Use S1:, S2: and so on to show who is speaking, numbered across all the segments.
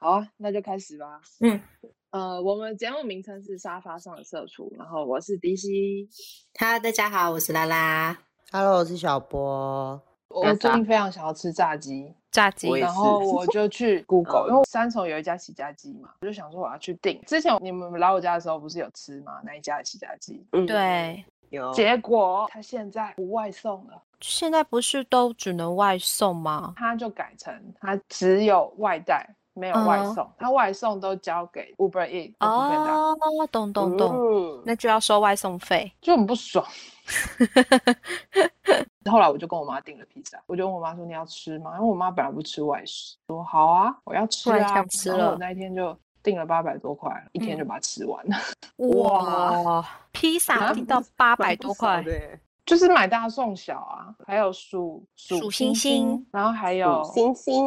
S1: 好啊，那就开始吧。
S2: 嗯，
S1: 呃，我们节目名称是《沙发上的社畜》，然后我是迪西。
S2: Hello，大家好，我是拉拉。
S3: Hello，我是小波。
S1: 我最近非常想要吃炸鸡，
S4: 炸鸡
S5: 我也
S1: 然
S5: 是
S1: 后我嗯就 去 Google，因为三重有一家起家鸡嘛，我就想说我要去订。之前你们来我家的时候不是有吃吗？那一家的起家鸡，
S5: 嗯，
S4: 对，
S5: 有
S1: 结果他现在不外送了，
S4: 现在不是都只能外送吗？
S1: 他就改成他只有外带，没有外
S4: 嗯
S1: 送，他外送都交给 Uber E
S4: 哦，懂懂懂，
S5: 嗯
S4: 那就要收外送费。
S1: 就很不爽。后来我就跟我妈订了披萨，我就问我妈说你要吃吗？因为我妈本来不吃外食，说好啊，我要吃
S4: 突然
S1: 啊。
S4: 想吃
S1: 然后我
S4: 了嗯
S1: 那一天就订了八百多块，一天就把它吃完了，
S5: 哇
S4: 哇，披萨
S1: 蛮
S4: 订
S5: 不
S4: 到八百多块
S5: 蛮不，少的耶
S1: 就是买大送小啊，还有数
S4: 数
S1: 星
S4: 星星，
S1: 然后还有
S5: 五星星，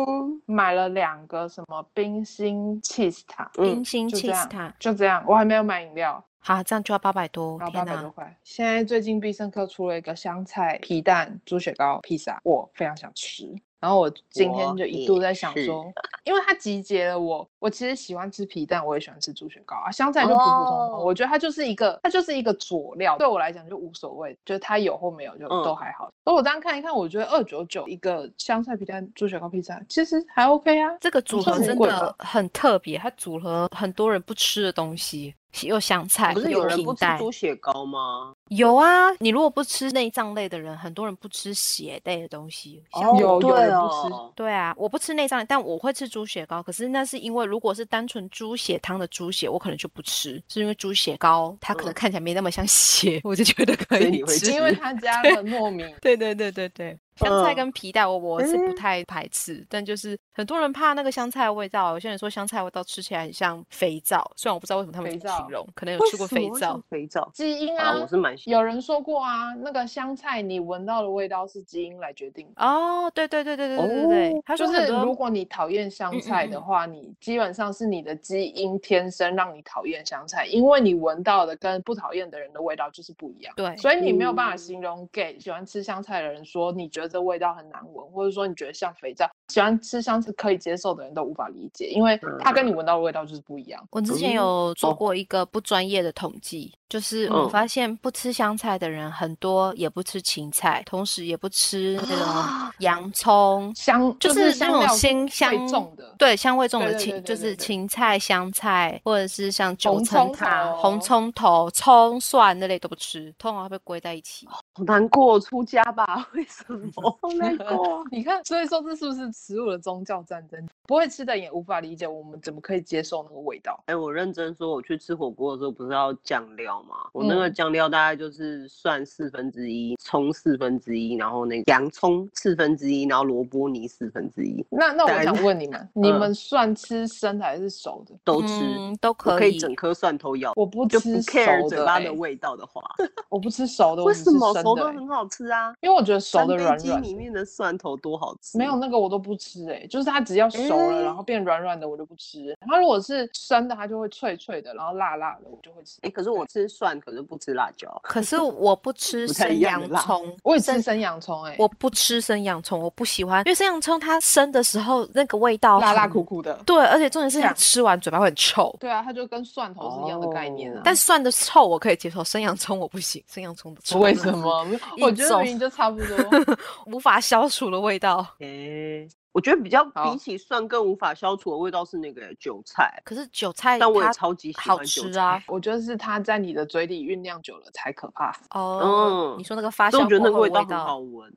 S1: 买了两个什么冰心 cheese 塔，
S5: 嗯
S4: 冰心
S1: 就这
S4: cheese
S1: 样
S4: 塔，，
S1: 就这样，我还没有买饮料，
S4: 好，这样就要八百多，
S1: 然后八百
S4: 天
S1: 多
S4: 哪！
S1: 块。现在最近必胜客出了一个香菜皮蛋猪血糕披萨，我非常想吃。然后我今天
S5: 我
S1: 就一度
S5: 也
S1: 在想
S5: 是
S1: 说，因为它集结了我，我其实喜欢吃皮蛋，我也喜欢吃猪血糕啊，香菜就普普通通。
S5: 哦
S1: 我觉得它就是一个，它就是一个佐料，对我来讲就无所谓，就是它有或没有就
S5: 嗯
S1: 都还好。所以我这样看一看，我觉得二九九一个香菜皮蛋猪血糕披萨其实还 OK 啊，
S4: 这个组
S1: 算
S4: 合
S1: 很
S4: 真
S1: 贵
S4: 的
S1: 吧
S4: 很特别，它组合很多人不吃的东西，有香菜，
S5: 不是有
S4: 有
S5: 人
S4: 皮
S5: 不吃
S4: 带，
S5: 猪血糕吗？
S4: 有啊。你如果不吃内脏类的人，很多人不吃血类的东西，像
S5: 哦
S1: 有有
S5: 对
S1: 人不吃
S5: 哦，
S4: 对啊，我不吃内脏，但我会吃猪血糕。可是那是因为如果是单纯猪血汤的猪血，我可能就不吃，是因为猪血糕它可能
S5: 嗯
S4: 看起来没那么像血，我就觉得可
S5: 所以
S4: 以
S5: 你会
S4: 吃。
S5: 吃
S1: 因为它加了糯米
S4: 对对对对对，香菜
S5: 嗯
S4: 跟皮带我我是不
S5: 嗯
S4: 太排斥，但就是很多人怕那个香菜的味道，有些人说香菜的味道吃起来很像肥皂，虽然我不知道为什么他们
S1: 肥
S4: 这么
S1: 皂
S4: 形容，可能有
S5: 为
S4: 吃过
S5: 什么
S4: 肥
S5: 会
S4: 皂
S5: 像，肥皂
S1: 基因
S5: 啊，
S1: 啊，
S5: 我是蛮喜
S1: 有人说过啊，那个香菜你闻到的味道是基因来决定的。
S4: 哦，对对对对对对对对，
S5: 哦
S4: 他说
S1: 就
S4: 很
S1: 是
S4: 多
S1: 如果你讨厌香菜
S4: 嗯
S1: 的
S4: 嗯
S1: 话，你基本上是你的基因天生让你讨厌香菜，因为你闻到的跟不讨厌的人的味道就是不一样。
S4: 对
S1: 所以你没有办法
S5: 嗯
S1: 形容给喜欢吃香菜的人说你觉得这味道很难闻，或者说你觉得像肥皂，喜欢吃香菜可以接受的人都无法理解，因为它
S4: 啊
S1: 跟你闻到的味道就是不一样。
S4: 我之前
S5: 嗯
S4: 有做
S5: 哦
S4: 过一个不专业的统计，就是我
S5: 嗯
S4: 发现不吃香菜的人很多，也不吃芹菜，同时也不吃那种洋葱，
S1: 香就
S4: 就
S1: 是
S4: 是
S1: 香
S4: 那种
S1: 料
S4: 辛香
S1: 最重的，
S4: 对，香味重
S1: 对
S4: 的
S1: 对
S4: 芹，
S1: 对对
S4: 就
S1: 对
S4: 是
S1: 对
S4: 芹菜、香菜，或者是像九
S1: 红
S4: 层
S1: 葱
S4: 塔、红
S1: 头。
S4: 葱头、葱蒜那类都不吃，通常会被归在一起。
S5: 好难过，哦出家吧？为什么？好难过哦
S1: 你看，所以说这是不是食物的宗教战争？不会吃的也无法理解我们怎么可以接受那个味道。
S5: 哎、我认真说，我去吃火锅的时候不是要酱料吗？我那个
S1: 嗯
S5: 酱料大概就是蒜四分之一，葱四分之一，然后那个洋葱四分之一，然后萝卜泥四分之一，
S1: 那那
S5: 当
S1: 我
S5: 然
S1: 想
S5: 是嗯
S1: 问你 们，你们算吃生的还是熟的？
S5: 都吃，
S4: 嗯，都
S5: 我
S4: 可
S5: 可
S4: 以
S5: 以。整颗蒜头咬，
S1: 我不
S5: 就
S1: 吃
S5: 不
S1: 熟
S5: care 嘴
S1: 的
S5: 巴
S1: 欸
S5: 的味道的话，
S1: 我不吃熟的，我
S5: 为
S1: 只
S5: 什
S1: 吃
S5: 么
S1: 生
S5: 熟
S1: 的
S5: 都
S1: 欸
S5: 很好吃啊？
S1: 因为我觉得熟
S5: 三
S1: 的
S5: 杯
S1: 软
S5: 鸡
S1: 软
S5: 里
S1: 的，
S5: 面的蒜头多好吃，啊
S1: 没有那个我都不吃哎、就是它只要熟了，然
S5: 嗯
S1: 后变软软的我就不吃。它如果是生的，它就会脆脆的，然后辣辣的，我就会吃
S5: 哎、。可是我吃蒜，可是不吃辣椒。
S4: 可是我不吃
S5: 不太
S4: 生
S5: 一样的
S4: 洋
S5: 辣
S4: 葱，
S1: 我也吃生洋葱哎、
S4: 我不吃生洋葱，我不喜欢，因为生洋葱它生的时候那个味道
S1: 辣辣
S4: 很
S1: 苦苦的。
S4: 对，啊而且重点是它
S1: 呛
S4: 吃完嘴巴会很臭。
S1: 对啊，它就跟蒜头是一样的概念啊
S5: 哦。
S4: 但蒜的臭我可以接受，生洋葱我不行，生洋葱的 臭
S1: 为
S4: 真
S1: 什
S4: 的是
S1: 么？
S4: 一
S1: 我觉得
S4: 种
S1: 明明就差不多。
S4: 无法消除的味道？
S5: 哎、我觉得比较
S1: 好
S5: 比起蒜更无法消除的味道是那个、韭菜，
S4: 可是韭
S1: 哎
S4: 菜
S5: 但我也
S4: 它
S5: 超级喜
S4: 好
S5: 欢韭
S4: 吃
S5: 菜。
S4: 啊。
S1: 我觉得是它在你的嘴里酝酿久了才可怕。
S4: 哦，
S5: 嗯
S4: 你说那个发
S5: 所以
S4: 酵
S5: 我觉得那
S4: 过后
S5: 个味
S4: 的味
S5: 道很好
S4: 道，
S5: 闻，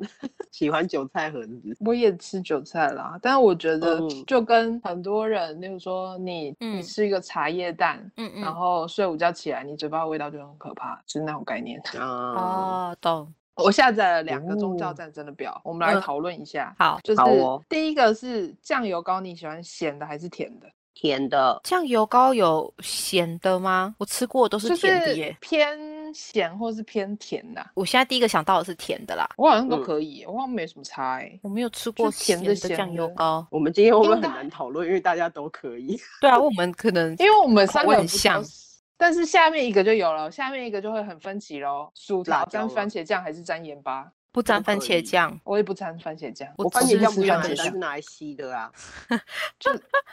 S5: 喜欢韭菜盒 子。
S1: 我也吃韭菜啦，但我觉得
S5: 嗯
S1: 就跟很多人，例如说你、你
S4: 嗯
S1: 吃一个茶叶蛋，
S4: 嗯
S1: 然
S4: 嗯，
S1: 后睡午觉起来，你嘴巴的味道就很可怕，就是那种概念。
S5: 啊，
S4: 哦，懂，
S1: 我下载了两个宗教
S5: 哦
S1: 战争的表，我们来
S4: 嗯
S1: 讨论一下。
S4: 好。
S1: 就是
S5: 好哦
S1: 第一个是酱油膏，你喜欢咸的还是甜的？
S5: 甜的，
S4: 酱油膏有咸的吗？我吃过都
S1: 就是
S4: 甜的耶。
S1: 偏咸或是偏甜的啊、
S4: 我现在第一个想到的是甜的啦，
S1: 我好像都
S5: 嗯
S1: 可以耶，我好像没什么差哎。
S4: 我没有吃过
S1: 甜
S4: 咸
S1: 的
S4: 的
S1: 咸
S4: 酱油
S1: 的
S4: 膏。
S5: 我们今天会不会
S1: 应
S5: 很
S1: 该
S5: 难讨论？因为大家都可以。
S4: 对啊，我们可能
S1: 因为我们
S4: 口
S1: 三
S4: 味
S1: 个
S4: 很
S1: 不
S4: 像
S1: 挑，但是下面一个就有了，下面一个就会很分歧喽。薯
S5: 辣
S1: 条沾
S5: 椒吗
S1: 番茄酱还是沾盐巴？
S4: 不沾番
S5: 可
S4: 茄
S5: 以
S4: 酱。
S1: 我也不沾番茄酱，
S4: 我
S1: 我
S5: 番
S1: 只
S5: 茄酱不
S1: 吃
S5: 是
S1: 番
S5: 拿
S1: 茄
S5: 来是
S1: 酱，
S5: 拿来吸 的啊，
S1: 就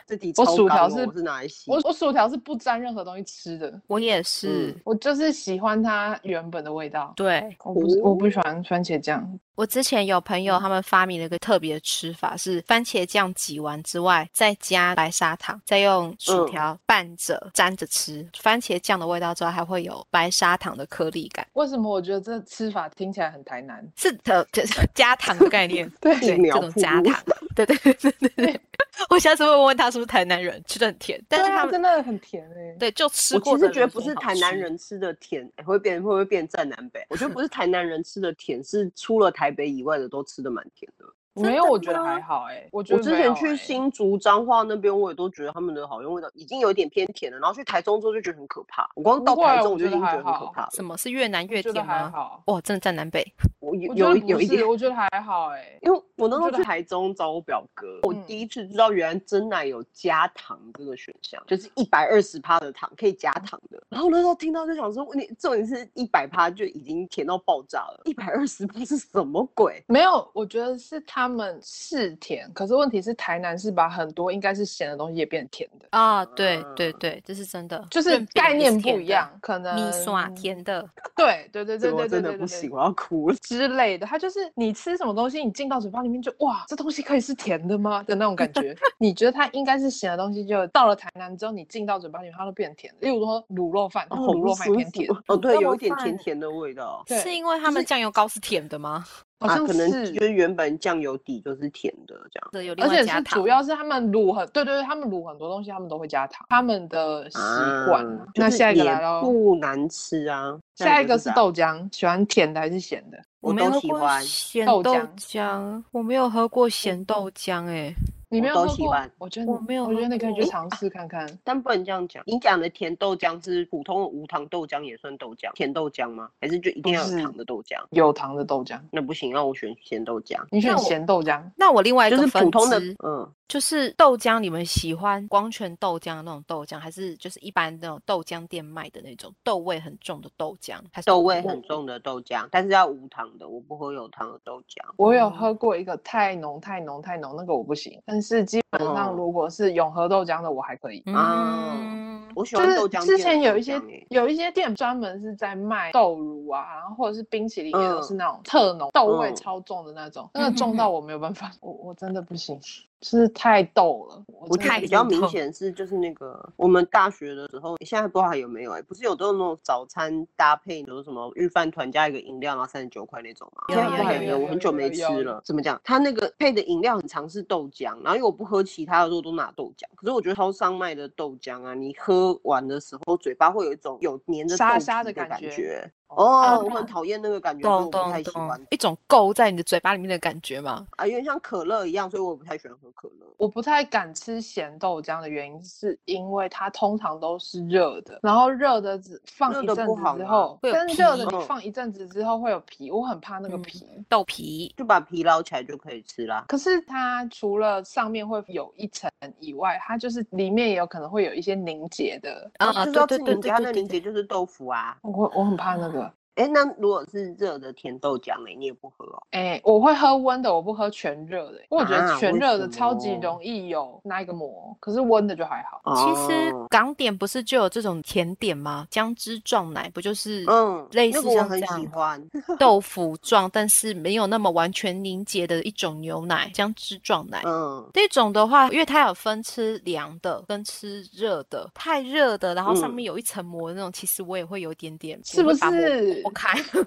S5: 这题
S1: 我
S5: 超
S1: 薯条
S5: 纲哦
S1: 是
S5: 我是拿来吸
S1: 我我薯条是不沾任何东西吃的，
S4: 我也是，
S1: 我就是喜欢它原本的味道。
S4: 对
S1: 我不是我不喜欢番茄酱，
S4: 我之前有朋
S1: 嗯
S4: 友他们发明了一个特别的吃法，是番茄酱挤完之外，再加白砂糖，再用薯
S5: 嗯
S4: 条拌着沾着吃，番茄酱的味道之外还会有白砂糖的颗粒感。
S1: 为什么我觉得这吃法听起来很台南？
S4: 是的，这是 加糖的概念，
S1: 对
S4: 对，
S5: 苗
S4: 这种加
S5: 圃
S4: 糖，对对对对对。我下次会问问他是不是台南人，吃的很甜，但
S1: 对
S4: 是
S1: 啊
S4: 他们
S1: 真的很甜哎。
S4: 对就吃
S5: 我
S4: 过的
S5: 其实
S4: 人
S5: 觉得不
S4: 很
S5: 是
S4: 好
S5: 台南
S4: 吃
S5: 人吃的甜，诶会变会不会变占南北？我觉得不是台南人吃的甜，是除了台北以外的都吃的蛮甜的。
S1: 没有，我觉得还好哎、我觉
S5: 我
S1: 得
S5: 之
S1: 没有
S5: 前去
S1: 欸，
S5: 新竹彰化那边，我也都觉得他们的好像味道已经有点偏甜了，然后去台中之后就觉得很可怕。我光
S1: 不
S5: 到
S1: 会啊
S5: 台中
S1: 我
S5: 我就
S1: 觉得
S5: 已经觉
S1: 还
S5: 得很可
S1: 好
S5: 怕了。
S4: 什么是越南越
S1: 我觉得
S4: 甜
S1: 还
S4: 吗？
S1: 好。嗯
S4: 哇，真的在南北，
S5: 我有
S1: 我觉
S5: 有
S1: 得
S5: 一有
S1: 不
S5: 一点
S1: 是，，我觉得还好哎、
S5: 因为我那
S1: 我
S5: 时候
S1: 觉
S5: 去
S1: 得
S5: 台中找我表哥，我
S1: 嗯
S5: 第一次知道原来真奶有加糖这个选项，就是一百二十趴的糖可以加糖的。然后那时候听到就想说，你重点是一百趴就已经甜到爆炸了，一百二十趴是什么鬼？
S1: 没有，我觉得是他们是甜，可是问题是台南是把很多应该是咸的东西也变甜的，
S4: 啊，对对
S5: 啊
S4: 对，这是真的，
S1: 就是
S4: 润饼
S1: 概
S4: 也
S1: 念
S4: 甜
S1: 不
S4: 的
S1: 一样，，嗯可能
S4: 米刷甜的，
S1: 对对对对
S5: 这
S1: 对
S5: 我
S1: 对
S5: 真的
S1: 对
S5: 不
S1: 对
S5: 行，
S1: 对
S5: 我要哭了。
S1: 之类的，它就是你吃什么东西，你进到嘴巴里面就哇，这东西可以是甜的吗的那种感 觉。你觉得它应该是咸的东西，就到了台南之后，你进到嘴巴里面它都变甜的。例如说卤肉饭，它
S5: 哦
S1: 们
S5: 好
S1: 卤
S5: 不
S1: 肉饭也
S5: 舒
S1: 偏甜
S5: 服，哦，对，
S4: 肉
S5: 有一点
S4: 饭
S5: 甜甜的味道，
S1: 对
S4: 是因为他们酱油膏是甜的 吗？
S1: 好
S5: 啊，
S1: 像
S5: 可能
S1: 是
S5: 就是原本酱油底就是甜的这样。
S4: 这有另
S1: 而
S4: 外
S1: 且
S4: 加
S1: 是
S4: 糖，
S1: 主要是他们卤很，对对对，他们卤很多东西，他们都会加糖，他们的习惯啊、
S5: 啊
S1: 那
S5: 就是
S1: 下一个
S5: 也
S1: 来喽，
S5: 不难吃啊。
S1: 下一个是
S5: 啥，
S1: 豆浆，喜欢甜的还是咸的？
S4: 我
S5: 我
S4: 没有
S5: 都
S4: 喝
S5: 喜
S4: 过
S5: 欢，
S4: 咸
S1: 豆
S4: 豆
S1: 浆
S4: 浆，我没有喝过咸豆浆，哎，
S1: 你
S5: 我
S1: 没有
S5: 都
S1: 喝
S5: 喜
S1: 过
S5: 欢
S1: 我觉得
S4: 我
S1: 你
S4: 没有
S1: 我觉
S4: 喝
S1: 得你可以去
S5: 过
S1: 尝试看看。
S5: 但不能这样讲。你讲的甜豆浆是普通的无糖豆浆也算豆浆，甜豆浆吗？还是就一定要
S1: 不
S5: 有
S1: 是
S5: 糖的豆浆？
S1: 有糖的豆浆，
S5: 那不行，那我选咸豆浆，
S1: 你选
S4: 我
S1: 咸豆浆，
S4: 那我另外一
S5: 就
S4: 个
S5: 是
S4: 分
S5: 普通的
S4: 支，
S5: 嗯，
S4: 就是豆浆，你们喜欢光泉豆浆的那种豆浆，还是就是一般那种豆浆店卖的那种豆味很重的豆浆？还是
S5: 豆味
S4: 我
S5: 很重的豆浆，但是要无糖的，我不喝有糖的豆浆。
S1: 我有
S4: 嗯
S1: 喝过一个太浓太浓太浓，那个我不行。但是基本上
S5: 哦
S1: 如果是永和豆浆的，我还可以。
S5: 啊
S4: 嗯，
S5: 我喜
S1: 就
S5: 欢
S1: 是
S5: 豆浆店的豆浆欸。
S1: 之前有一些有一些店专门是在卖豆乳啊，然后或者是冰淇淋也都
S5: 嗯
S1: 是那种特浓、豆味
S5: 嗯
S1: 超重的那 种，那
S4: 嗯哼
S1: 个重
S4: 哼
S1: 到我没有办法， 我我真的不行，就是太豆了。
S5: 我
S1: 我
S5: 觉
S1: 真的
S5: 得
S4: 太
S5: 比较
S4: 头
S5: 明
S4: 痛
S5: 显是就是那个我们大学的时候，现在不知道还有没有哎、不是有都有那种早餐搭配，有什么日饭团加一个饮料，然后三十九块那种吗？
S4: 有
S5: 现在不知道
S4: 有
S5: 还有没
S4: 有
S5: 有？我
S1: 有
S5: 很久
S1: 有
S5: 没
S1: 有
S5: 吃
S1: 有
S5: 了。怎么讲？它那个配的饮料很常是豆浆，然后因为我不喝其他的时候都拿豆浆，可是我觉得超商卖的豆浆啊，你喝完的时候嘴巴会有一种有粘着
S1: 沙
S5: 豆
S1: 沙
S5: 皮
S1: 的
S5: 的
S1: 感
S5: 感
S1: 觉
S5: 觉。哦，我
S4: 懂
S5: 很讨厌那个感觉，所以我
S4: 咚
S5: 不太
S4: 咚
S5: 喜欢
S4: 咚，一种勾在你的嘴巴里面的感觉嘛。
S5: 啊，有点像可乐一样，所以我不太喜欢喝可乐。
S1: 我不太敢吃咸豆浆的原因，是因为它通常都是热的，然后热的只放
S5: 热
S1: 一
S5: 的
S1: 阵
S5: 不
S1: 子
S5: 好
S1: 之
S5: 吗
S1: 后，
S4: 会有
S1: 但是热
S4: 皮
S1: 的你
S5: 嗯
S1: 放一阵子之后会有皮，我很怕那个
S4: 嗯
S1: 皮。
S4: 豆皮，
S5: 就把皮捞起来就可以吃啦。
S1: 可是它除了上面会有一层以外，它就是里面也有可能会有一些凝结的。
S4: 啊，
S5: 哦就
S4: 对
S5: 是要
S4: 对
S5: 吃
S4: 对
S5: 凝结，
S4: 对
S5: 它的
S4: 对
S5: 凝结
S4: 对，
S5: 就是豆腐啊。
S1: 我我很怕那个。
S5: 哎，那如果是热的甜豆浆呢、你也不喝哦？
S1: 哎、我会喝温的，我不喝全热的，因为我觉得
S5: 啊
S1: 全
S5: 为
S1: 热
S5: 什
S1: 的超级
S5: 么
S1: 容易有那一个膜，可是温的就还好。
S4: 其实
S5: 哦
S4: 港点不是就有这种甜点吗？姜汁撞奶不就是
S5: 嗯，
S4: 类
S5: 那
S4: 似
S5: 个我
S4: 像
S5: 很
S4: 这
S5: 喜
S4: 样
S5: 欢。
S4: 豆腐状，但是没有那么完全凝结的一种牛奶，姜汁撞奶。
S5: 嗯，
S4: 这种的话，因为它有分吃凉的跟吃热的，太热的，然后上
S5: 嗯
S4: 面有一层膜的那种，其实我也会有一点点，
S1: 是
S4: 我
S1: 不
S4: 会把膜
S1: 是
S4: 剥开？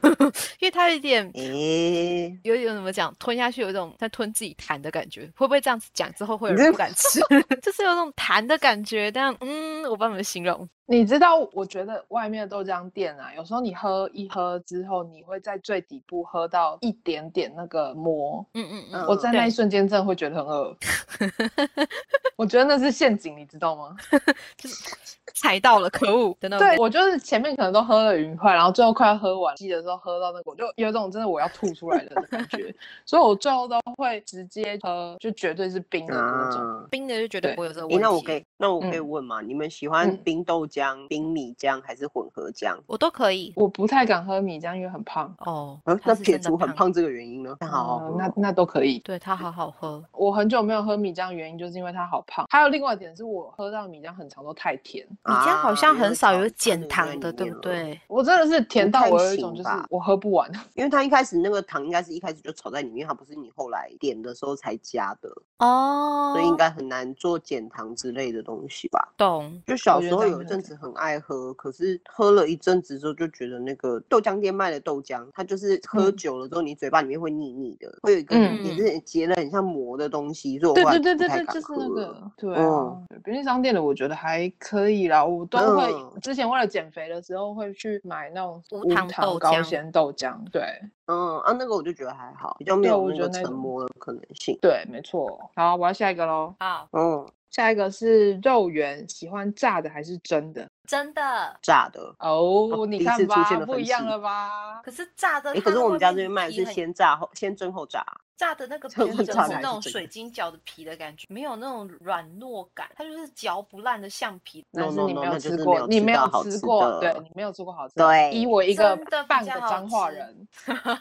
S4: 因为它有一点
S5: 诶，
S4: 有一点怎么讲，吞下去有一种在吞自己痰的感觉，会不会这样子讲之后会有
S5: 你
S4: 人
S5: 这
S4: 不敢吃？ 就是有那种痰的感觉，但嗯，我帮你们形容，
S1: 你知道，我觉得外面的豆浆店啊，有时候你喝一喝之后，你会在最底部喝到一点点那个膜。
S4: 嗯嗯嗯，
S5: 嗯
S1: 我在那
S4: 对
S1: 一瞬间真的 会觉得很饿，我觉得那是陷阱，你知道吗？
S4: 就是踩到了，可恶的那种。
S5: 嗯
S1: 对，我就是前面可能都喝了愉快，然后最后快要喝完，记的时候喝到那个，我就有一种真的我要吐出来的感觉，所以我最后都会直接喝，就绝对是冰的那种。
S5: 啊。
S4: 冰的就绝对
S1: 对
S4: 不会有这个
S5: 诶
S4: 问题。
S5: 那我可以，那我可以
S1: 嗯
S5: 问嘛？你们喜欢
S1: 嗯
S5: 冰豆浆、冰米浆还是混合浆？
S4: 我都可以。
S1: 我不太敢喝米浆，因为很胖。
S4: 哦，
S5: 啊，
S4: 它
S5: 那
S4: 是
S5: 撇
S4: 真的
S5: 除很，胖这个原因呢？但好好
S1: 呃
S5: 喝
S1: 那
S5: 哦
S1: 那都可以。
S4: 对它好好喝。
S1: 我很久没有喝米浆，原因就是因为它好胖。还有另外一点是我喝到米浆很常都太甜，
S4: 你家好像
S5: 啊因为
S4: 很少有
S5: 糖
S4: 减
S5: 它
S4: 糖
S5: 留
S4: 的，
S5: 在
S4: 对
S5: 里
S4: 不
S5: 面了？
S4: 对？
S1: 我真的是甜到
S5: 太
S1: 我有一
S5: 行
S1: 种就是
S5: 吧
S1: 我喝不完。
S5: 因为它一开始那个糖应该是一开始就炒在里面，它不是你后来点的时候才加的，
S4: 哦
S5: 所以应该很难做减糖之类的东西吧。
S4: 哦懂。
S5: 就小
S1: 我觉
S5: 时
S1: 得
S5: 候
S1: 这样
S5: 有一
S1: 很
S5: 阵
S1: 对
S5: 子很爱喝，可是喝了一阵子之后就觉得那个豆浆店卖的豆浆，它就是喝
S1: 嗯
S5: 久了之后你嘴巴里面会腻腻的，会有一个
S1: 嗯
S5: 也是结了很像膜的东西，所以我
S1: 对
S5: 后来
S1: 对对
S5: 不
S1: 对
S5: 太
S1: 对，
S5: 敢
S1: 就是那
S5: 喝了
S1: 个对啊
S5: 嗯，
S1: 对便利商店的我觉得还可以啦。我都会、
S5: 嗯
S1: 之前为了减肥的时候会去买那种
S4: 无
S1: 无
S4: 糖豆
S1: 高
S4: 浆
S1: 纤豆浆，对
S5: 嗯啊，那个我就觉得还好，比较没
S1: 对
S5: 有
S1: 我
S5: 那
S1: 觉
S5: 个
S1: 得那
S5: 成
S1: 个
S5: 膜的可能性。
S1: 对，没错。好，我要下一个喽。
S4: 啊，
S5: 嗯，
S1: 下一个是肉圆，喜欢炸的还是蒸的？
S4: 真的。
S5: 炸的。
S1: 哦，
S5: 哦
S1: 你
S5: 第一
S1: 看
S5: 次出
S1: 吧
S5: 现，了
S1: 不
S5: 分
S1: 一样
S5: 歧
S1: 了吧？
S4: 可是炸的
S5: 哎、
S4: 它
S5: 可是
S4: 那
S5: 我
S4: 外
S5: 们家这
S4: 面
S5: 边卖的
S4: 皮
S5: 是
S4: 很
S5: 先炸后先蒸后炸啊，
S4: 炸的那 个皮
S5: 这
S4: 就是
S5: 问炸
S4: 那
S5: 的还是
S4: 种
S5: 真
S4: 水
S5: 的
S4: 晶饺的皮的感觉，没有那种软糯感，它就是嚼不烂的橡皮。
S1: 但
S5: No,
S1: 是
S5: no,
S1: 你
S5: no，
S1: 没有
S5: 那
S1: 吃
S5: 就是没
S1: 过，
S5: 有
S1: 你
S5: 吃
S1: 没有
S5: 到好
S1: 吃
S5: 吃
S1: 过，
S5: 的
S1: 对你没有吃过好吃。
S5: 对
S1: 以我一个
S4: 真的比
S1: 半个
S4: 较好
S1: 彰化
S4: 吃
S1: 人，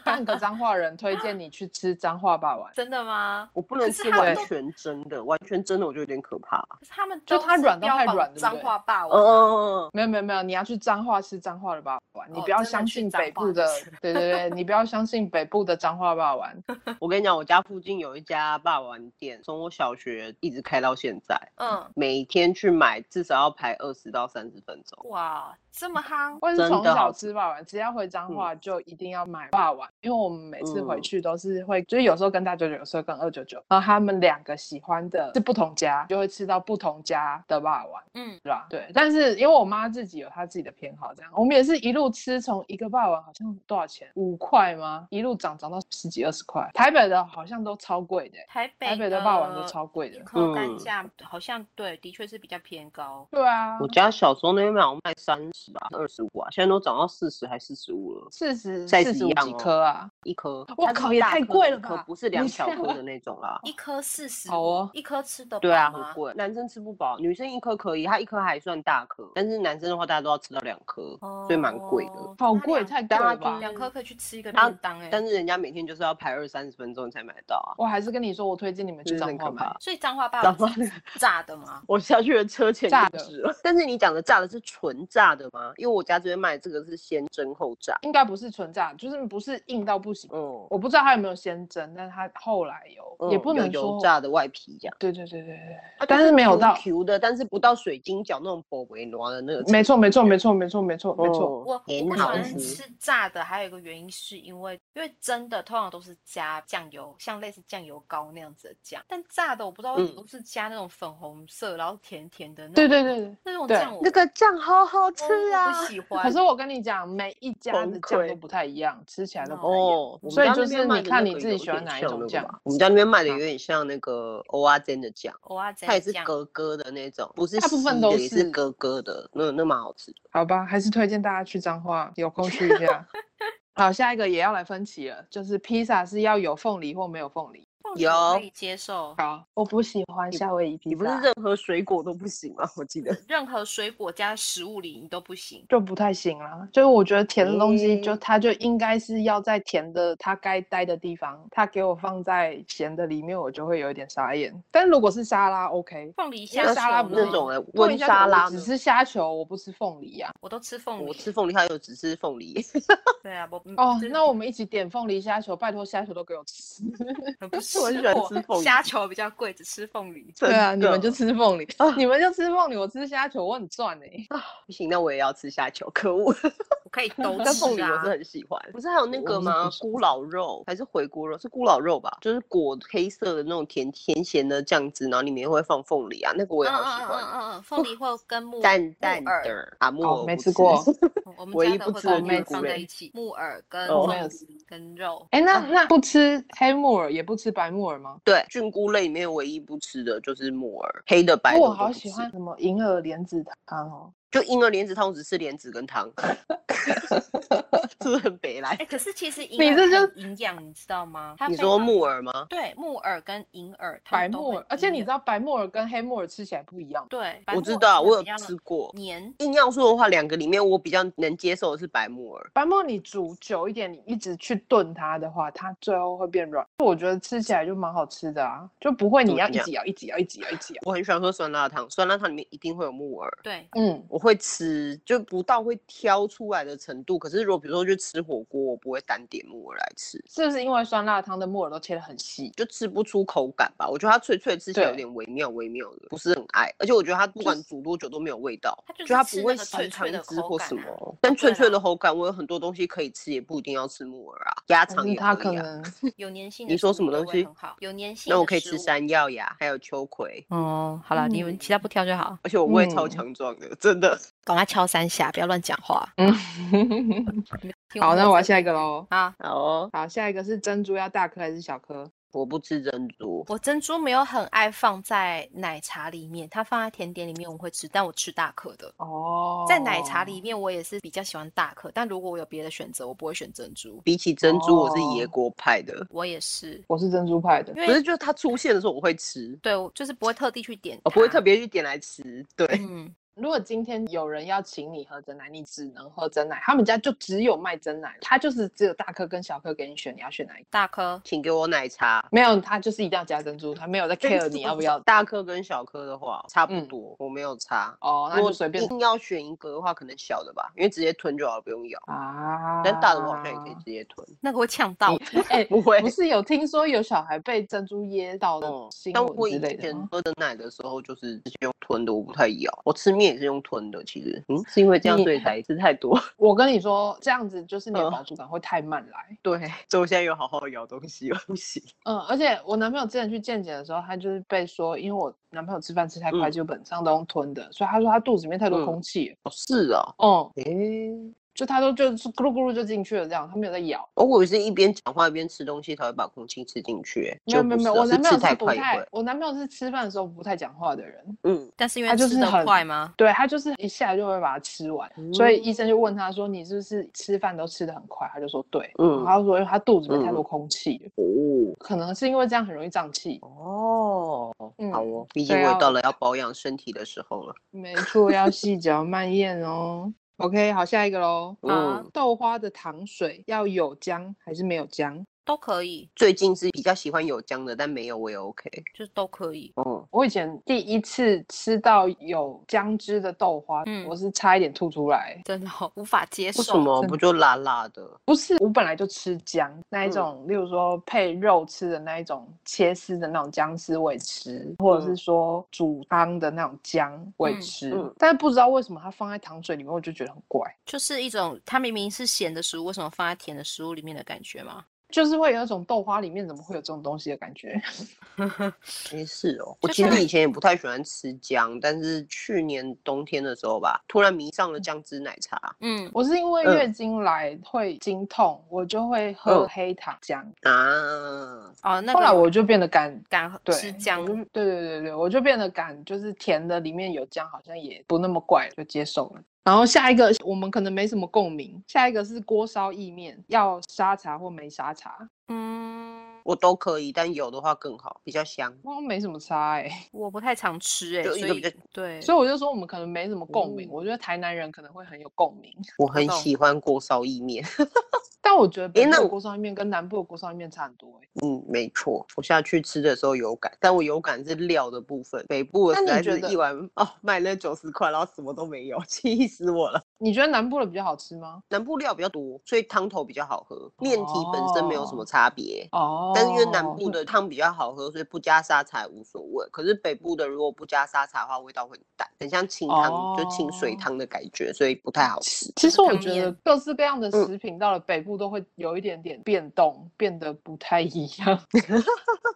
S1: 半个彰化人推荐你去吃彰化霸王。
S4: 真的吗？
S5: 我不能
S4: 可是
S5: 吃
S4: 它
S5: 完
S4: 都
S5: 全蒸的，完全蒸的我就有点可怕。
S4: 可是他们
S1: 就
S4: 都
S1: 它
S4: 是
S1: 软到
S4: 标
S1: 太
S4: 榜
S1: 软对不
S4: 脏
S1: 对
S4: 话霸
S5: 嗯
S4: 王啊。
S5: 嗯嗯
S1: 没有没有没有，你要去彰化吃彰化的霸王，你
S4: 哦
S1: 不要
S4: 真的
S1: 相
S4: 去
S1: 信
S4: 彰
S1: 北
S4: 化
S1: 部的
S4: 吃，
S1: 对对对，你不要相信北部的彰化 霸王。
S5: 嗯，我跟你讲，我家附近有一家霸王店，从我小学一直开到现在，
S4: 嗯，
S5: 每天去买至少要排二十到三十分钟。
S4: 哇，这么夯，
S1: 我也是
S5: 真
S1: 从
S5: 的
S1: 小
S5: 好
S1: 吃霸王，只要回彰
S4: 嗯
S1: 化就一定要买霸王，因为我们每次回
S5: 嗯
S1: 去都是会，就是有时候跟大舅舅，有时候跟二舅舅，然后他们两个喜欢的是不同家，就会吃到不同家的霸王，
S4: 嗯，
S1: 对吧？对，但是因为我妈自己有她自己的偏好，这样我们也是一路吃，从一个霸王好像多少钱，五块吗？一路涨涨到十几二十块，台北的好像都超贵的欸、
S4: 台北
S1: 台北的霸王都超贵的
S4: 一颗单
S5: 嗯
S4: 价好像对，的确是比较偏高。
S1: 对啊，
S5: 我家小时候那边卖好像卖三十吧，二十五啊，现在都涨到四十还四十五了，
S1: 四十
S5: 菜是
S1: 四十
S5: 一
S1: 五
S5: 样
S1: 几
S5: 哦
S1: 颗啊，
S5: 一颗。
S1: 哇
S5: 它是
S1: 靠也
S5: 大
S1: 太
S5: 颗的
S1: 贵
S5: 一
S1: 了
S5: 颗
S1: 吧
S5: 不是两
S1: 你
S5: 小
S1: 这样
S5: 颗的那 种啦。
S4: 一颗四十，
S1: 好哦
S4: 一颗吃得
S5: 对啊，
S4: 饱
S5: 很
S4: 吗？
S5: 贵，男生吃不饱，女生一颗可以，她一颗还算大颗，但是男生的话，大家都要吃到两颗，所以蛮贵的
S4: 哦。
S1: 好
S4: 那
S1: 贵，
S4: 两
S1: 太贵了
S5: 大
S1: 吧
S5: 家？
S4: 两颗可以去 吃一个
S5: 它
S4: 便当哎、
S5: 但是人家每天就是要排二三十分钟才买得到啊，
S1: 我还是跟你说，我推荐你们去
S5: 真的
S1: 彰
S5: 很
S1: 化
S5: 可
S1: 买
S5: 怕。
S4: 所以脏话霸
S5: 然后
S4: 王是炸的吗？
S5: 我下去的车钱
S1: 炸
S5: 就
S1: 的
S5: 值了。但是你讲的炸的是纯炸的吗？因为我家这边卖的这个是先蒸后炸。
S1: 应该不是纯炸，就是不是硬到不行。
S5: 嗯，
S1: 我不知道它有没有先蒸，但是它后来有，也
S5: 嗯
S1: 不
S5: 有
S1: 能说
S5: 油炸的外皮这样，
S1: 对对对对对，
S5: 它就
S1: 但是没有到
S5: Q 的，但是不到水晶饺那种薄维糯的那个程度。
S1: 没错没错没错没错没错没错，
S5: 嗯，
S4: 我我
S5: 很
S4: 不喜
S5: 好
S4: 欢
S5: 吃。
S4: 吃炸的，还有一个原因是因为，因为真的通常都是加酱油，像类似酱油膏那样子的酱，但炸的我不知道为什么
S5: 嗯
S4: 都是加那种粉红色，然后甜甜的那
S1: 对
S4: 种，
S1: 对对对。
S4: 那种
S1: 对
S4: 酱我
S5: 那个酱好好吃
S4: 我
S5: 啊
S4: 不！喜欢。
S1: 可是我跟你讲，每一家的
S5: 崩
S1: 酱
S5: 溃
S1: 都不太一样，吃起来都不太一样。
S5: 哦，我们
S1: 所以
S5: 家
S1: 就
S5: 那边
S1: 是
S5: 卖
S1: 你
S5: 的
S1: 看
S5: 那
S1: 你
S5: 个
S1: 自己
S5: 有
S1: 喜欢
S5: 点
S1: 哪一
S5: 像
S1: 种
S5: 那个
S1: 酱
S5: 吧我们家那边卖的
S1: 啊
S5: 有点像那个欧阿煎的酱，
S4: 我要这
S5: 它也是
S4: 酱，
S5: 咯咯的那种，不是
S1: 大部分
S5: 稀
S1: 都
S5: 的，也是
S1: 是
S5: 咯咯的，那那蛮好吃的。
S1: 好吧，还是推荐大家去彰化，有空去一下。 好，下一个也要来分歧了，就是披萨是要有凤梨或没有凤梨。
S4: 凤梨我可
S5: 有
S4: 以接受，
S1: 好，我不喜欢夏威夷披萨，
S5: 你不是任何水果都不行吗？我记得。
S4: 任何水果加食物里你都不行。
S1: 就不太行啦。就是我觉得甜的东西就，
S5: 诶
S1: 它就应该是要在甜的它该待的地方，它给我放在咸的里面，我就会有一点傻眼。但如果是沙拉，OK。
S4: 凤梨
S1: 因为
S4: 虾
S1: 沙拉
S4: 球
S1: 不
S5: 那
S1: 是
S5: 种
S4: 呢
S5: 哎，
S1: 问
S5: 温
S1: 一下
S5: 沙
S1: 我
S5: 拉
S1: 只
S5: 呢，
S1: 吃虾球，我不吃凤梨啊呀、
S4: 我都吃凤
S5: 我
S4: 梨，
S5: 吃凤梨，它有只吃凤 梨，
S4: 对啊，我嗯
S1: 哦
S4: 就，是
S1: 那我们一起点凤梨虾球，拜托虾球都给我吃。
S4: 很不
S5: 我很喜欢
S4: 我
S5: 吃凤梨
S4: 虾球比较贵，只吃凤梨。
S1: 对啊，
S5: 真
S1: 你们就
S5: 的啊
S1: 吃凤梨，你们就吃凤梨，我吃虾球，我很赚哎、
S5: 不行，那我也要吃虾球，可 恶！
S4: 我可以都
S5: 但凤
S4: 吃
S5: 梨我
S4: 啊
S5: 是。很喜欢，不是还有那
S1: 我
S5: 个
S1: 是不
S5: 吗？
S1: 喜
S5: 咕老肉还是回锅肉？是咕老肉吧？就是裹黑色的那种甜甜咸的酱汁，然后里面会放凤梨啊，那个我
S4: 嗯
S5: 也
S4: 嗯
S5: 好喜
S4: 嗯嗯
S5: 欢。
S4: 嗯嗯，凤梨或跟木
S5: 淡
S4: 木
S5: 淡
S4: 耳，
S5: 的啊，木
S1: 哦
S5: 耳
S1: 没
S5: 不
S1: 吃过
S4: 嗯我
S5: 唯
S4: 们
S5: 一
S4: 家
S5: 不
S1: 的
S4: 的会把
S5: 吃
S4: 木
S1: 就是
S4: 耳
S1: 菇
S4: 放在
S5: 类
S4: 一起，木耳跟
S5: 哦
S1: 没有
S4: 凤梨跟肉。啊
S1: 哎、
S5: 啊
S1: 那那不吃黑木耳也不吃白木耳吗？
S5: 对，菌菇类里面唯一不吃的就是木耳，黑的白的
S1: 哦我
S5: 都
S1: 好
S5: 不
S1: 喜
S5: 吃
S1: 欢什么银耳莲子汤哦，
S5: 就婴儿莲子汤，我只吃莲子跟 汤， 是不是很北 来
S4: 哎、？可是其实银
S1: 你
S4: 耳
S1: 这就
S4: 很营养，你知道吗？它
S5: 你
S4: 非
S5: 说
S4: 常
S5: 木耳吗？
S4: 对木耳跟银耳，它
S1: 白
S4: 们都
S1: 木
S4: 会
S1: 耳，而且
S4: 营
S1: 你
S4: 养
S1: 知道白木耳跟黑木耳吃起来不一样。
S4: 对，白
S5: 我
S4: 木
S5: 知
S4: 耳
S5: 道，
S4: 真的
S5: 我
S4: 比
S5: 有
S4: 较
S5: 吃过。
S4: 黏。
S5: 硬要说的话，两个里面我比较能接受的是白木耳。
S1: 白木耳你煮久一点，你一直去炖它的话，它最后会变软。我觉得吃起来就蛮好吃的啊，就不会你
S5: 怎么
S1: 要一
S5: 讲
S1: 直咬、一直咬、一直咬、一 直咬。
S5: 我很喜欢喝酸辣汤，酸辣汤里面一定会有木耳。
S4: 对，
S1: 嗯，
S5: 我会吃，就不到会挑出来的程度。可是如果比如说去吃火锅，我不会单点木耳来吃，
S1: 是不是因为酸辣汤的木耳都切得很细？
S5: 就吃不出口感吧。我觉得它脆脆吃起来有
S1: 对
S5: 点微妙微妙的，不是很爱。而且我觉得它不管煮多久都没有味道，
S4: 它就是
S5: 它
S4: 吃
S5: 不
S4: 那
S5: 会
S4: 个
S5: 上
S4: 脆
S5: 汤
S4: 脆的
S5: 汁
S4: 口
S5: 或
S4: 感
S5: 什
S4: 啊
S5: 么。但
S4: 对
S5: 脆脆
S4: 啦
S5: 的口感，我有很多东西可以吃，也不一定要吃木耳啊，鸭肠
S1: 是
S5: 也
S1: 它
S5: 可
S1: 可
S5: 以啊。
S1: 能
S4: 有粘性的
S5: 你说
S4: 食
S5: 什
S4: 物
S5: 么
S4: 都
S5: 东
S4: 会
S5: 西
S4: 很好，有粘性。
S5: 那我可以吃。山药呀，还有秋葵，
S4: 哦，好了，你们其他不挑就好，
S5: 而且我胃超
S1: 嗯
S5: 强壮的，真的。
S4: 赶快敲三下，不要乱讲话。
S1: 嗯，
S4: 听
S1: 好，那我要
S4: 在
S1: 下一个喽。
S4: 啊，
S5: 好哦，
S1: 好，下一个是珍珠要大颗还是小颗？
S5: 我不吃珍珠，
S4: 我珍珠没有很爱放在奶茶里面，它放在甜点里面我会吃，但我吃大颗的。
S1: 哦，
S4: 在奶茶里面，我也是比较喜欢大颗，但如果我有别的选择，我不会选珍珠。
S5: 比起珍珠，我是
S1: 哦
S5: 椰果派的。
S4: 我也是，
S1: 我是珍珠派的
S4: 因。
S5: 可
S4: 为
S5: 是就是它出现的时候我会吃，
S4: 对，我就是不会特地去点，
S5: 哦我不会特。别去点来吃。对，
S4: 嗯，
S1: 如果今天有人要请你喝真奶，你只能喝真奶，他们家就只有卖真奶，他就是只有大颗跟小颗给你选，你要选哪一个？
S4: 大颗
S5: 请给我 奶茶。
S1: 没有，他就是一定要加珍珠，他没有在 care 你要不要。
S5: 大颗跟小颗的话差不
S1: 嗯
S5: 多，我没有差。
S1: 哦，那
S5: 如
S1: 就
S5: 果
S1: 随便
S5: 一定要选一个的话，可能小的吧，因为直接吞就好了，不用咬。
S1: 啊。
S5: 但大的我好像也可以直接吞，
S4: 那个会呛
S5: 嗯
S4: 到，
S1: 哎、
S5: 不会
S1: 不。是有听说有小孩被珍珠噎到的
S5: 嗯
S1: 新
S5: 但我
S1: 闻之
S5: 以
S1: 类的
S5: 前
S1: 吗？
S5: 喝的奶的时候，就是直接用吞的，我不太咬。我吃面也是用吞的，其实，嗯，是因为这样
S1: 你
S5: 所以才吃太多。
S1: 我跟你说，这样子就是你的
S5: 嗯
S1: 饱足感会太慢来。
S5: 对，所以我现在有好好咬东西，我不行。
S1: 嗯，而且我男朋友之前去健检的时候，他就是被说，因为我男朋友吃饭吃太快，
S5: 嗯
S1: 基本上都用吞的，所以他说他肚子里面太多
S5: 嗯
S1: 空气了。
S5: 哦，是啊，
S1: 哦、
S5: 诶、
S1: 就他都就是咕噜咕噜就进去了，这样他没有在咬。
S5: 哦，我是一边讲话一边吃东西才会把空气吃进去、欸，
S1: 没有
S5: 就
S1: 没有
S5: 不
S1: 没有，
S5: 是啊
S1: 我
S5: 是
S1: 男朋友
S5: 吃太
S1: 是不
S5: 快也
S1: 太
S5: 会，，
S1: 我男朋友是吃饭的时候不太讲话的人，
S5: 嗯，
S4: 但是因
S1: 它
S4: 为
S1: 就
S4: 吃
S1: 是
S4: 的
S1: 很
S4: 快吗？
S1: 对他就是一下就会把它吃完，所
S5: 哦
S1: 以医生就问他说：“你是不是吃饭都吃的很快？”他就说：“对。”
S5: 嗯
S1: 他就说：“因为他肚子里面太
S5: 嗯
S1: 多空气了，
S5: 哦
S1: 可能是因为这样很容易胀气。”
S5: 哦，
S1: 嗯
S5: 好哦，毕竟
S1: 对
S5: 我也
S1: 啊
S5: 到了要保养身体的时候了，
S1: 没错，要细嚼慢咽哦。OK，好，下一个喽。
S4: 啊
S5: 嗯。
S1: 豆花的糖水要有姜还是没有姜？
S4: 都可以，
S5: 最近是比较喜欢有姜的，但没有我也 OK。
S4: 就是都可以。
S5: 哦，
S1: 我以前第一次吃到有姜汁的豆花，
S4: 嗯
S1: 我是差一点吐出来。
S4: 真的好、无法接受。
S5: 为什么
S1: 哦真
S5: 不就辣辣的？
S1: 不是，我本来就吃姜那一
S5: 嗯
S1: 种，例如说配肉吃的那一种切丝的那种姜丝我也吃，或者是
S5: 嗯
S1: 说煮汤的那种姜我也
S4: 嗯
S1: 吃，
S5: 嗯
S1: 但是不知道为什么它放在糖水里面，我就觉得很怪。
S4: 就是一种它明明是咸的食物，为什么放在甜的食物里面的感觉吗？
S1: 就是会有一种豆花里面怎么会有这种东西的感觉，
S5: 没事哦，我
S4: 就
S5: 其
S4: 像
S5: 实以前也不太喜欢吃姜，但是去年冬天的时候吧，突然迷上了姜汁奶茶
S4: 嗯，
S1: 我是因为
S5: 嗯
S1: 月经来会经痛，我就会喝
S5: 嗯
S1: 黑糖姜，
S5: 啊。
S4: 哦，那
S1: 后来
S4: 个
S1: 我就变得敢。
S4: 敢喝
S1: 对，
S4: 吃姜
S1: 我，就对对对对，我就变得敢，就是甜的里面有姜，好像也不那么怪，就接受了。然后下一个我们可能没什么共鸣，下一个是锅烧意面，要沙茶或没沙茶，
S4: 嗯，
S5: 我都可以，但有的话更好，比较香。
S1: 我没什么差哎、
S4: 我不太常吃哎、
S5: 就一
S4: 所
S5: 个比
S4: 以
S5: 较
S4: 对，
S1: 所以我就说我们可能没什么共鸣。
S5: 哦
S1: 我觉得台南人可能会很有共鸣，
S5: 我很
S4: 懂
S5: 喜欢锅烧意面。
S1: 但我觉得北
S5: 诶
S1: 部
S5: 那
S1: 的
S5: 我
S1: 锅烧意面跟南部的锅烧意面差很多、欸。
S5: 嗯，没错，我下去吃的时候有感，但我有感是料的部分。北部的
S1: 那
S5: 实
S1: 你
S5: 在
S1: 觉
S5: 是
S1: 得
S5: 一碗哦，卖了九十块，然后什么都没有， 气死我了。
S1: 你觉得南部的比较好吃吗？
S5: 南部料比较多，所以汤头比较好喝，面体本身没有什么
S1: 哦
S5: 差别。
S1: 哦，
S5: 但是因为南部
S1: 那
S5: 的汤比较好喝，所以不加沙茶也无所谓。可是北部的如果不加沙茶的话，味道会很淡，很像清汤，就清水
S1: 哦
S5: 汤的感觉，所以不太好吃。
S1: 其实我
S4: 汤
S1: 觉得
S4: 面
S1: 各式各样的
S5: 嗯
S1: 食品到了北部都会有一点点变动，变得不太一 样，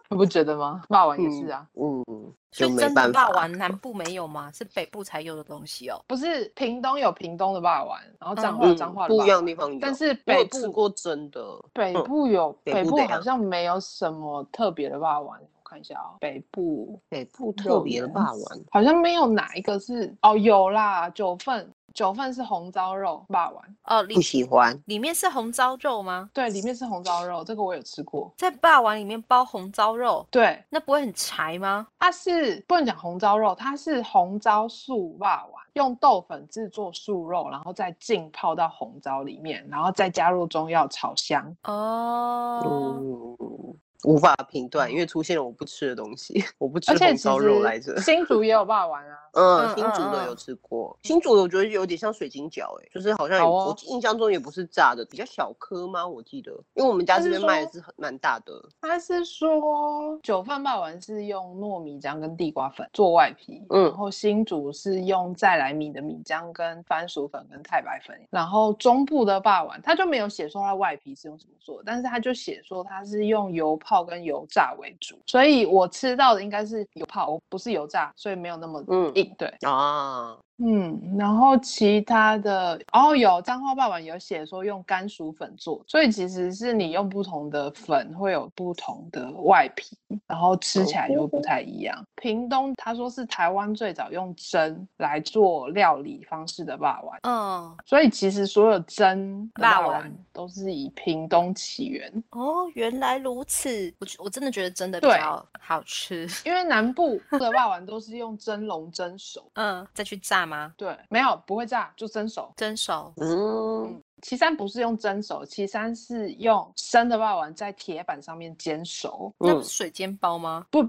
S1: 你不觉得吗？骂完也是啊，
S5: 嗯，
S4: 所
S5: 就
S4: 以
S5: 没
S4: 真的
S5: 办
S4: 霸
S5: 法。
S4: 王南部没有吗？是北部才有的东西哦。
S1: 不是屏东有屏东的霸王，然后彰化有
S5: 嗯
S1: 彰化的
S5: 不
S1: 霸
S5: 一样
S1: 王
S5: 的地方有，
S1: 但是
S5: 我有
S1: 北
S5: 吃
S1: 部
S5: 过真的，
S1: 北
S5: 嗯
S1: 部有
S5: 北
S1: 北
S5: 部
S1: 部
S5: 怎
S1: 好
S5: 样
S1: 像没有什么特别的霸王，我看一下哦，北部
S5: 北部特别的霸王，
S1: 好像没有哪一个是哦，有啦，九份，九份是红糟肉霸丸，
S4: 哦，里
S5: 不喜欢。
S4: 里面是红糟肉吗？
S1: 对，里面是红糟肉，这个我有吃过。
S4: 在霸王里面包红糟肉，
S1: 对，
S4: 那不会很柴吗？
S1: 它是不能讲红糟肉，它是红糟素霸丸，用豆粉制作素肉，然后再浸泡到红糟里面，然后再加入中药炒香。
S4: 哦，
S5: 嗯，无法评断，因为出现了我不吃的东西，我不吃
S1: 而且
S5: 红
S1: 其
S5: 烧肉来着
S1: 实。新竹也有霸丸啊，
S5: 嗯，
S4: 嗯
S5: 新煮
S4: 嗯嗯
S5: 的有吃过，新煮的我觉得有点像水晶饺，哎，就是好像也
S1: 好
S5: 我
S1: 哦
S5: 印象中也不是炸的，比较小颗吗？我记得，因为我们家
S1: 但
S5: 这
S1: 是
S5: 边卖的
S1: 说
S5: 是很蛮大的，
S1: 它是说九份霸丸是用糯米浆跟地瓜粉做外皮，
S5: 嗯
S1: 然后新竹是用再来米的米浆跟番薯粉跟太白粉，然后中部的霸丸它就没有写说它外皮是用什么做，但是它就写说它是用油泡跟油炸为主，所以我吃到的应该是油泡，不是油炸，所以没有那么
S5: 嗯
S1: 硬，对。
S5: 啊，
S1: 嗯，然后其他的哦，有彰化霸王有写说用甘薯粉做，所以其实是你用不同的粉会有不同的外皮，然后吃起来就会不太一样。屏东他说是台湾最早用蒸来做料理方式的霸王，
S4: 嗯，
S1: 所以其实所有蒸的
S4: 霸
S1: 霸
S4: 王
S1: 王都是以屏东起源，
S4: 哦，原来如此。我觉我真的觉得真的比
S1: 对
S4: 较好吃。
S1: 因为南部的霸王都是用蒸笼蒸熟，
S4: 嗯，再去炸吗？
S1: 对，没有不会炸就蒸熟。
S4: 蒸熟。
S5: 嗯，
S1: 岐山不是用蒸熟，岐山是用生的霸王在铁板上面煎熟。
S4: 那
S5: 嗯
S4: 不是水煎包吗？
S1: 不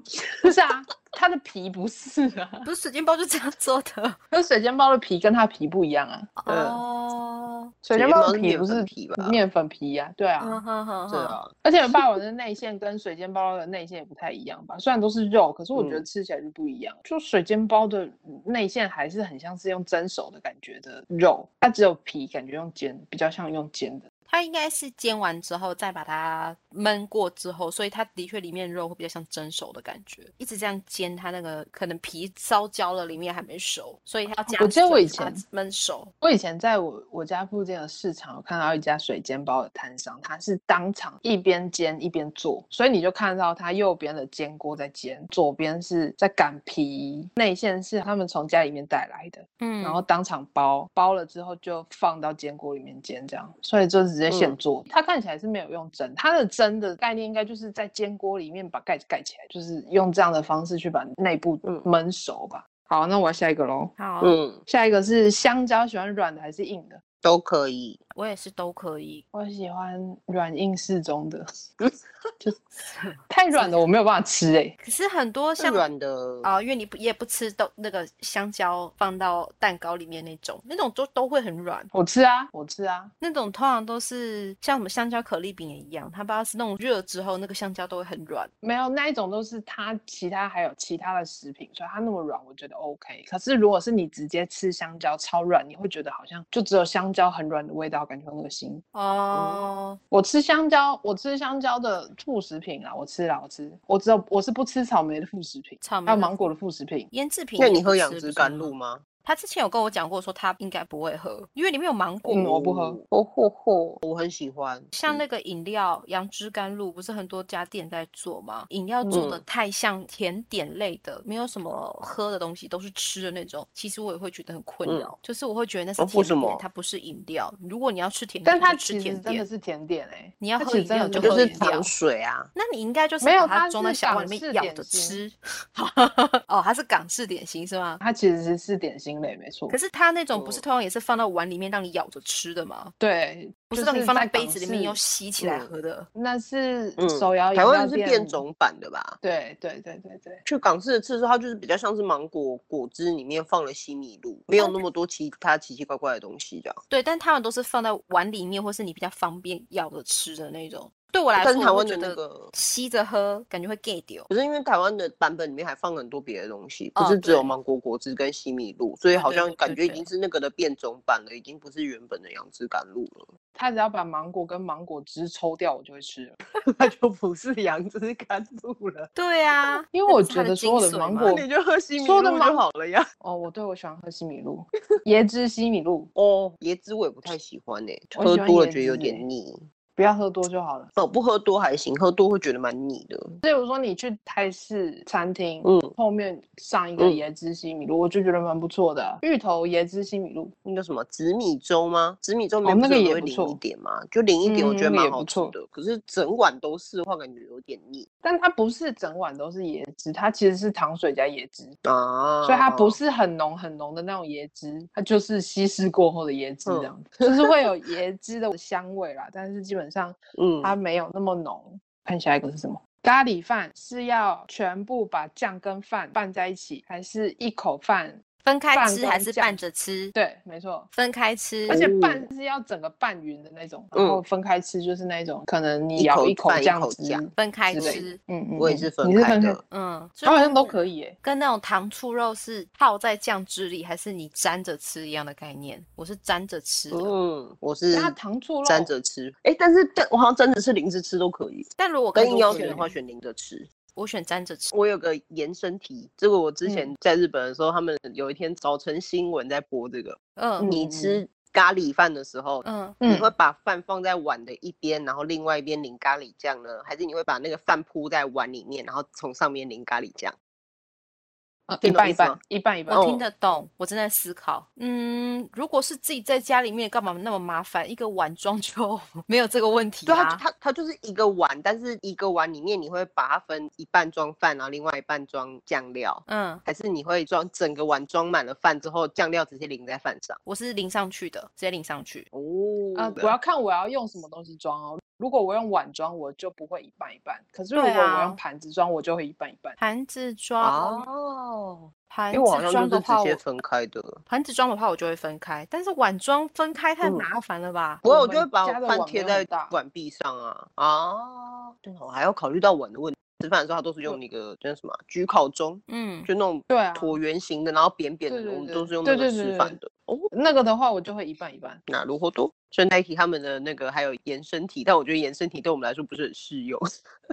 S1: 是啊，它的皮不是啊，
S4: 不是水煎包就这样做的
S1: 可是水煎包的皮跟它的皮不一样啊。
S5: 嗯
S4: 哦。
S1: 水煎
S5: 水煎
S1: 包
S5: 包
S1: 的
S5: 是
S1: 皮
S5: 面
S1: 不是
S5: 粉皮吧
S1: 面粉皮呀、对啊。
S4: 嗯哼哼
S5: 对
S4: 哼，
S5: 啊，
S1: 而且霸王的内馅跟水煎包的内馅也不太一样吧？虽然都是肉，可是我觉得
S5: 嗯
S1: 吃起来就不一样。就水煎包的内馅还是很像是用蒸熟的感觉的肉，它只有皮感觉用煎，比较像用煎的。
S4: 它应该是煎完之后再把它焖过之后，所以它的确里面肉会比较像蒸熟的感觉。一直这样煎，它那个可能皮烧焦了，里面还没熟，所以它要加
S1: 我记得我
S4: 水
S1: 以
S4: 把它
S1: 前
S4: 焖熟。
S1: 我以前在我我家附近的市场有看到一家水煎包的摊商，他是当场一边煎一边做，所以你就看到他右边的煎锅在煎，左边是在擀皮，内馅是他们从家里面带来的，
S4: 嗯
S1: 然后当场包，包了之后就放到煎锅里面煎，这样，所以就直接现
S5: 嗯
S1: 做。它看起来是没有用蒸，它的蒸的概念应该就是在煎锅里面把盖子盖起来，就是用这样的方式去把内部
S5: 嗯
S1: 焖熟吧。好，那我要下一个喽。
S4: 好，
S5: 嗯，
S1: 下一个是香蕉，喜欢软的还是硬的？
S5: 都可以，
S4: 我也是都可以。
S1: 我喜欢软硬适中的， 就是太软的我没有办法吃哎、
S4: 可是很多
S5: 是
S4: 像
S5: 软的
S4: 啊、因为你不也不吃豆那个香蕉放到蛋糕里面那种，那种都都会很软，
S1: 我吃啊，我吃啊，
S4: 那种通常都是像什么香蕉可丽饼也一样，它不知道是那种热之后那个香蕉都会很软。
S1: 没有那一种都是它其他还有其他的食品，所以它那么软我觉得 OK。可是如果是你直接吃香蕉超软，你会觉得好像就只有香蕉很软的味道，感觉很恶心。
S4: 哦，
S1: 我吃香蕉，我吃香蕉的副食品啊，我吃啦，我吃，我只有我是不吃草莓的副食品，
S4: 草莓
S1: 还有
S4: 的
S1: 芒果的副食品。
S4: 腌制品
S5: 那
S4: 也
S5: 你
S4: 不
S5: 喝养
S4: 吃不
S5: 殖
S4: 是
S5: 甘
S4: 吗
S5: 露吗？
S4: 他之前有跟我讲过，说他应该不会喝，因为里面有芒果。
S1: 嗯我不喝
S5: 哦吼吼，我很喜欢。
S4: 像
S5: 嗯
S4: 那个饮料杨枝甘露，不是很多家店在做吗？饮料做的
S5: 嗯
S4: 太像甜点类的，没有什么喝的东西，都是吃的那种。其实我也会觉得很困
S5: 嗯
S4: 扰，就是我会觉得那是
S5: 哦
S4: 甜
S5: 为
S4: 点，
S5: 什么
S4: 它不是饮料。如果你要吃甜
S1: 但
S4: 点，它
S1: 它
S4: 吃
S1: 其
S4: 甜
S1: 实真的
S4: 点。
S1: 是甜点哎、欸，
S4: 你要
S1: 它
S4: 喝
S1: 其实
S4: 饮
S1: 真
S4: 料
S1: 的
S4: 你就
S5: 就
S4: 喝
S5: 是
S4: 饮料
S5: 糖水啊，
S4: 那你应该就是
S1: 没有
S4: 把它
S1: 它
S4: 装在
S1: 是
S4: 小
S1: 港
S4: 碗里面
S1: 式
S4: 舀
S1: 点
S4: 着
S1: 心
S4: 吃。哦，它是港式点心是吗？
S1: 它其实是点心类没错。
S4: 可是它那种不是
S5: 哦
S4: 通常也是放到碗里面让你舀着吃的吗？
S1: 对，
S4: 不
S1: 就是
S4: 让你放
S1: 在
S4: 在杯
S1: 港
S4: 子里面
S1: 式
S4: 又吸起来
S5: 嗯
S4: 喝的。
S1: 那是
S5: 嗯，
S1: 手摇饮
S5: 台
S1: 料
S5: 湾是
S1: 店
S5: 变。种版的吧？
S1: 对对对对对，
S5: 去港式的吃的时候，它就是比较像是芒果果汁里面放了西米露，没有那么多其他奇奇怪怪的东西这样。
S4: 对，但他们都是放在碗里面，或是你比较方便舀着吃的那种。对我来
S5: 但
S4: 说，
S5: 是台
S4: 我
S5: 湾
S4: 会觉
S5: 的那
S4: 得
S5: 个，
S4: 吸着喝感觉会 gay 掉。
S5: 可是因为台湾的版本里面还放很多别的东西，
S4: 哦
S5: 不是只有
S4: 对
S5: 芒果果汁跟西米露，所以
S4: 对
S5: 好
S4: 对
S5: 像
S4: 对
S5: 感
S4: 对
S5: 觉已
S4: 对
S5: 经是那个的变种版了，已经不是原本的杨枝甘露 了，
S1: 他只要把芒果跟芒果汁抽掉，我就会吃了，
S5: 它就不是杨枝甘露了。
S4: 对啊，
S1: 因为
S4: 那
S1: 我
S4: 不是它
S1: 觉得所
S4: 精
S1: 有的
S4: 髓
S1: 芒
S4: 吗
S1: 果
S5: 那你就喝西米
S1: 说
S5: 露
S1: 得
S5: 就
S1: 蛮
S5: 好了呀。
S1: 哦，我对我喜欢喝西米露，椰汁西米露，
S5: 哦，椰汁我也不太喜欢诶、
S1: 我
S5: 喝
S1: 喜欢
S5: 多了
S1: 椰
S5: 觉得有
S1: 汁欸
S5: 点腻。
S1: 不要喝多就好了。
S5: 哦，不喝多还行，喝多会觉得蛮腻的。
S1: 例如说你去泰式餐厅，
S5: 嗯
S1: 后面上一个
S5: 嗯
S1: 椰汁西米露，我就觉得蛮不错的。芋头椰汁西米露，
S5: 那个什么紫米粥吗？紫米粥
S1: 哦
S5: 里面不
S1: 那
S5: 是
S1: 个
S5: 有
S1: 也
S5: 时
S1: 不错
S5: 候会淋一点吗？就淋一点，我觉得
S1: 嗯那个也
S5: 蛮
S1: 不
S5: 好吃
S1: 错
S5: 的。可是整碗都是的话，感觉有点腻
S1: 但它不是整碗都是椰汁，它其实是糖水加椰汁，
S5: 啊。
S1: 所以它不是很浓很浓的那种椰汁，它就是稀释过后的椰汁
S5: 嗯
S1: 这样子，就是会有椰汁的香味啦，但是基本上
S5: 嗯，
S1: 它没有那么浓。看下一个是什么？咖喱饭是要全部把酱跟饭拌在一起，还是一口饭？
S4: 分开
S1: 饭
S4: 吃还
S1: 跟
S4: 是
S1: 酱
S4: 拌着吃？，
S1: 对，没错。
S4: 分开吃。
S1: 而且
S5: 哦
S1: 拌是要整个拌匀的那种，
S5: 嗯
S1: 然后分开吃就是那种，可能你
S5: 一
S1: 咬
S5: 口
S1: 一口
S5: 饭一
S1: 这样
S5: 口
S1: 子
S5: 酱
S4: 分开
S1: 之类的
S4: 吃，
S1: 嗯嗯，
S5: 我也
S1: 嗯
S5: 是分
S1: 你是
S5: 开
S1: 分
S5: 的。
S4: 嗯，所
S1: 它好像都
S4: 以
S1: 可以耶。
S4: 跟那种糖醋肉是泡在酱汁里，还是你沾着吃一样的概念？我是沾着吃的，
S5: 嗯，我是
S1: 加糖醋肉
S5: 沾着吃。哎，但是但我好像沾着吃、淋着吃都可以。
S4: 但如果可
S5: 但
S4: 以
S5: 硬要
S4: 选
S5: 选的话，选淋着吃。
S4: 我选沾着吃。
S5: 我有个延伸题，这个我之
S1: 嗯
S5: 前在日本的时候，他们有一天早晨新闻在播这个，
S4: 嗯
S5: 你
S1: 嗯
S5: 吃咖喱饭的时候，
S4: 嗯，
S5: 你
S1: 嗯
S5: 会把饭放在碗的一边，然后另外一边淋咖喱酱呢？还是你会把那个饭铺在碗里面，然后从上面淋咖喱酱？
S1: 呃一
S5: 听懂
S1: 半
S5: 意
S1: 一
S5: 思
S1: 半
S5: 吗，
S1: 一半一半。
S4: 我听
S5: 哦
S4: 得懂，我正在思考。嗯，如果是自己在家里面，干嘛那么麻烦？一个碗装就 没有这个问题啊
S5: 对，它
S4: 啦。
S5: 它它就是一个碗，但是一个碗里面你会把它分一半装饭，然后另外一半装酱料，
S4: 嗯，
S5: 还是你会装整个碗装满了饭之后，酱料直接淋在饭上？
S4: 我是淋上去的，直接淋上去。
S5: 哦，
S1: 啊，我要看我要用什么东西装哦。如果我用碗装，我就不会一半一半；可是如果
S4: 对
S1: 我
S4: 啊
S1: 用盘子装，我就会一半一半。
S4: 盘子装，
S5: 哦，
S4: 盘
S5: 因为我好
S4: 子
S5: 像
S4: 装
S5: 就
S4: 的
S5: 是直
S4: 话，
S5: 接
S4: 我
S5: 分开的。
S4: 盘子装的话我就会分开，但是碗装分开太
S5: 嗯
S4: 麻烦了吧？
S5: 不过
S1: 我
S5: 我就会
S1: 们
S5: 把
S1: 家的
S5: 饭
S1: 碗
S5: 贴
S1: 没有很
S5: 在
S1: 大
S5: 碗壁上啊。哦，对哦，我还要考虑到碗的问题。吃饭的时候，它都是用那个叫什么啊焗烤钟，
S4: 嗯，
S5: 就那种
S1: 对啊
S5: 椭圆形的，然后扁扁
S1: 对
S5: 的，
S1: 对
S5: 我们
S1: 对
S5: 都是用
S1: 对
S5: 那个
S1: 对对
S5: 吃
S1: 对
S5: 饭的。哦，
S1: 那个的话，我就会一半一半。
S5: 那如何多？顺带一提他们的那个还有延伸题，但我觉得延伸题对我们来说不是很适 用。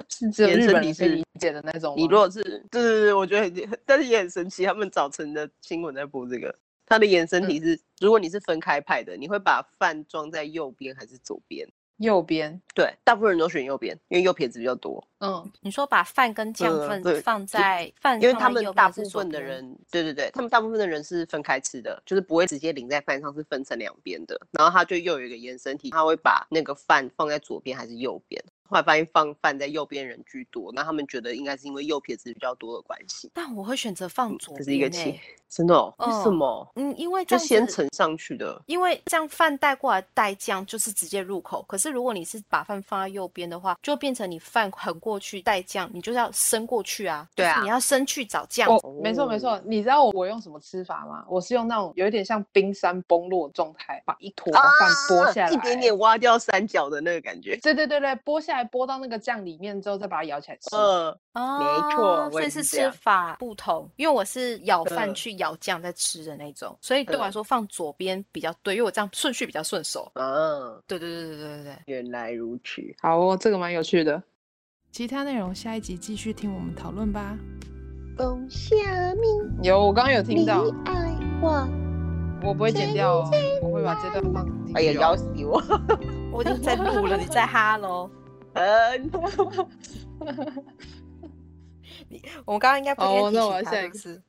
S1: 是只有
S5: 延
S1: 日
S5: 伸
S1: 本
S5: 题
S1: 人可以
S5: 是
S1: 理解的那种吗。
S5: 你如果是对对对，我觉得很，但是也很神奇，他们早晨的新闻在播这个。它的延
S1: 嗯
S5: 伸题是：如果你是分开派的，你会把饭装在右边还是左边？
S1: 右边，
S5: 对，大部分人都选右边，因为右撇子比较多。
S1: 嗯，
S4: 你说把饭跟酱
S5: 嗯
S4: 分、
S5: 对
S4: 放在饭，
S5: 因为
S4: 放
S5: 他
S4: 在
S5: 们
S4: 右边
S5: 大
S4: 还是
S5: 部
S4: 左
S5: 分的
S4: 边，
S5: 人，对对对，他们大部分的人是分开吃的，就是不会直接淋在饭上，是分成两边的。然后他就又有一个延伸题，他会把那个饭放在左边还是右边？后来发现放饭在右边人居多，那他们觉得应该是因为右撇子比较多的关系。
S4: 但我会选择放左
S5: 嗯这是一个
S4: 边、
S5: 题
S4: 欸。，
S5: 真的、哦？
S4: 嗯
S5: 为什么？
S4: 嗯，因为这
S5: 就
S4: 样
S5: 先
S4: 子
S5: 盛上去的。
S4: 因为这样饭带过来带酱就是直接入口，可是如果你是把饭放在右边的话，就变成你饭横过去带酱，你就是要伸过去啊，
S5: 对啊
S4: 就是你要伸去找酱。
S1: 我没错没错
S5: 哦。
S1: 你知道我用什么吃法吗？我是用那种有一点像冰山崩落的状态，把一坨把饭剥下来，
S5: 啊一点点挖掉三角的那个感觉。
S1: 对对对对，剥下来，剥到那个酱里面之后，再把它舀起来吃。
S5: 呃，
S4: 啊
S5: 没错我
S4: 所以
S5: 也
S4: 是
S5: 是这
S4: 吃
S5: 样
S4: 法不同，因为我是舀饭
S5: 嗯
S4: 去舀酱再吃的那种，所以对我来
S5: 嗯
S4: 说放左边比较对，因为我这样顺序比较顺手。
S5: 啊，
S4: 对对对对对对对。
S5: 原来如此。
S1: 好哦，这个蛮有趣的。其他内容下一集继续听我们讨论吧。
S6: 讲啥物？
S1: 有，我刚刚有
S6: 你
S1: 听到，
S6: 爱我，
S1: 我不会剪掉哦，我会把这段放进去、哦
S5: 哎呀，咬死我！
S4: 我已经在录了，你在哈喽。
S5: 嗯，
S4: 我们刚刚应该不应该
S1: 哦
S4: 提
S1: 那
S4: 醒
S1: 哦我要
S4: 他
S1: 下一
S4: 是
S1: 个
S4: 不是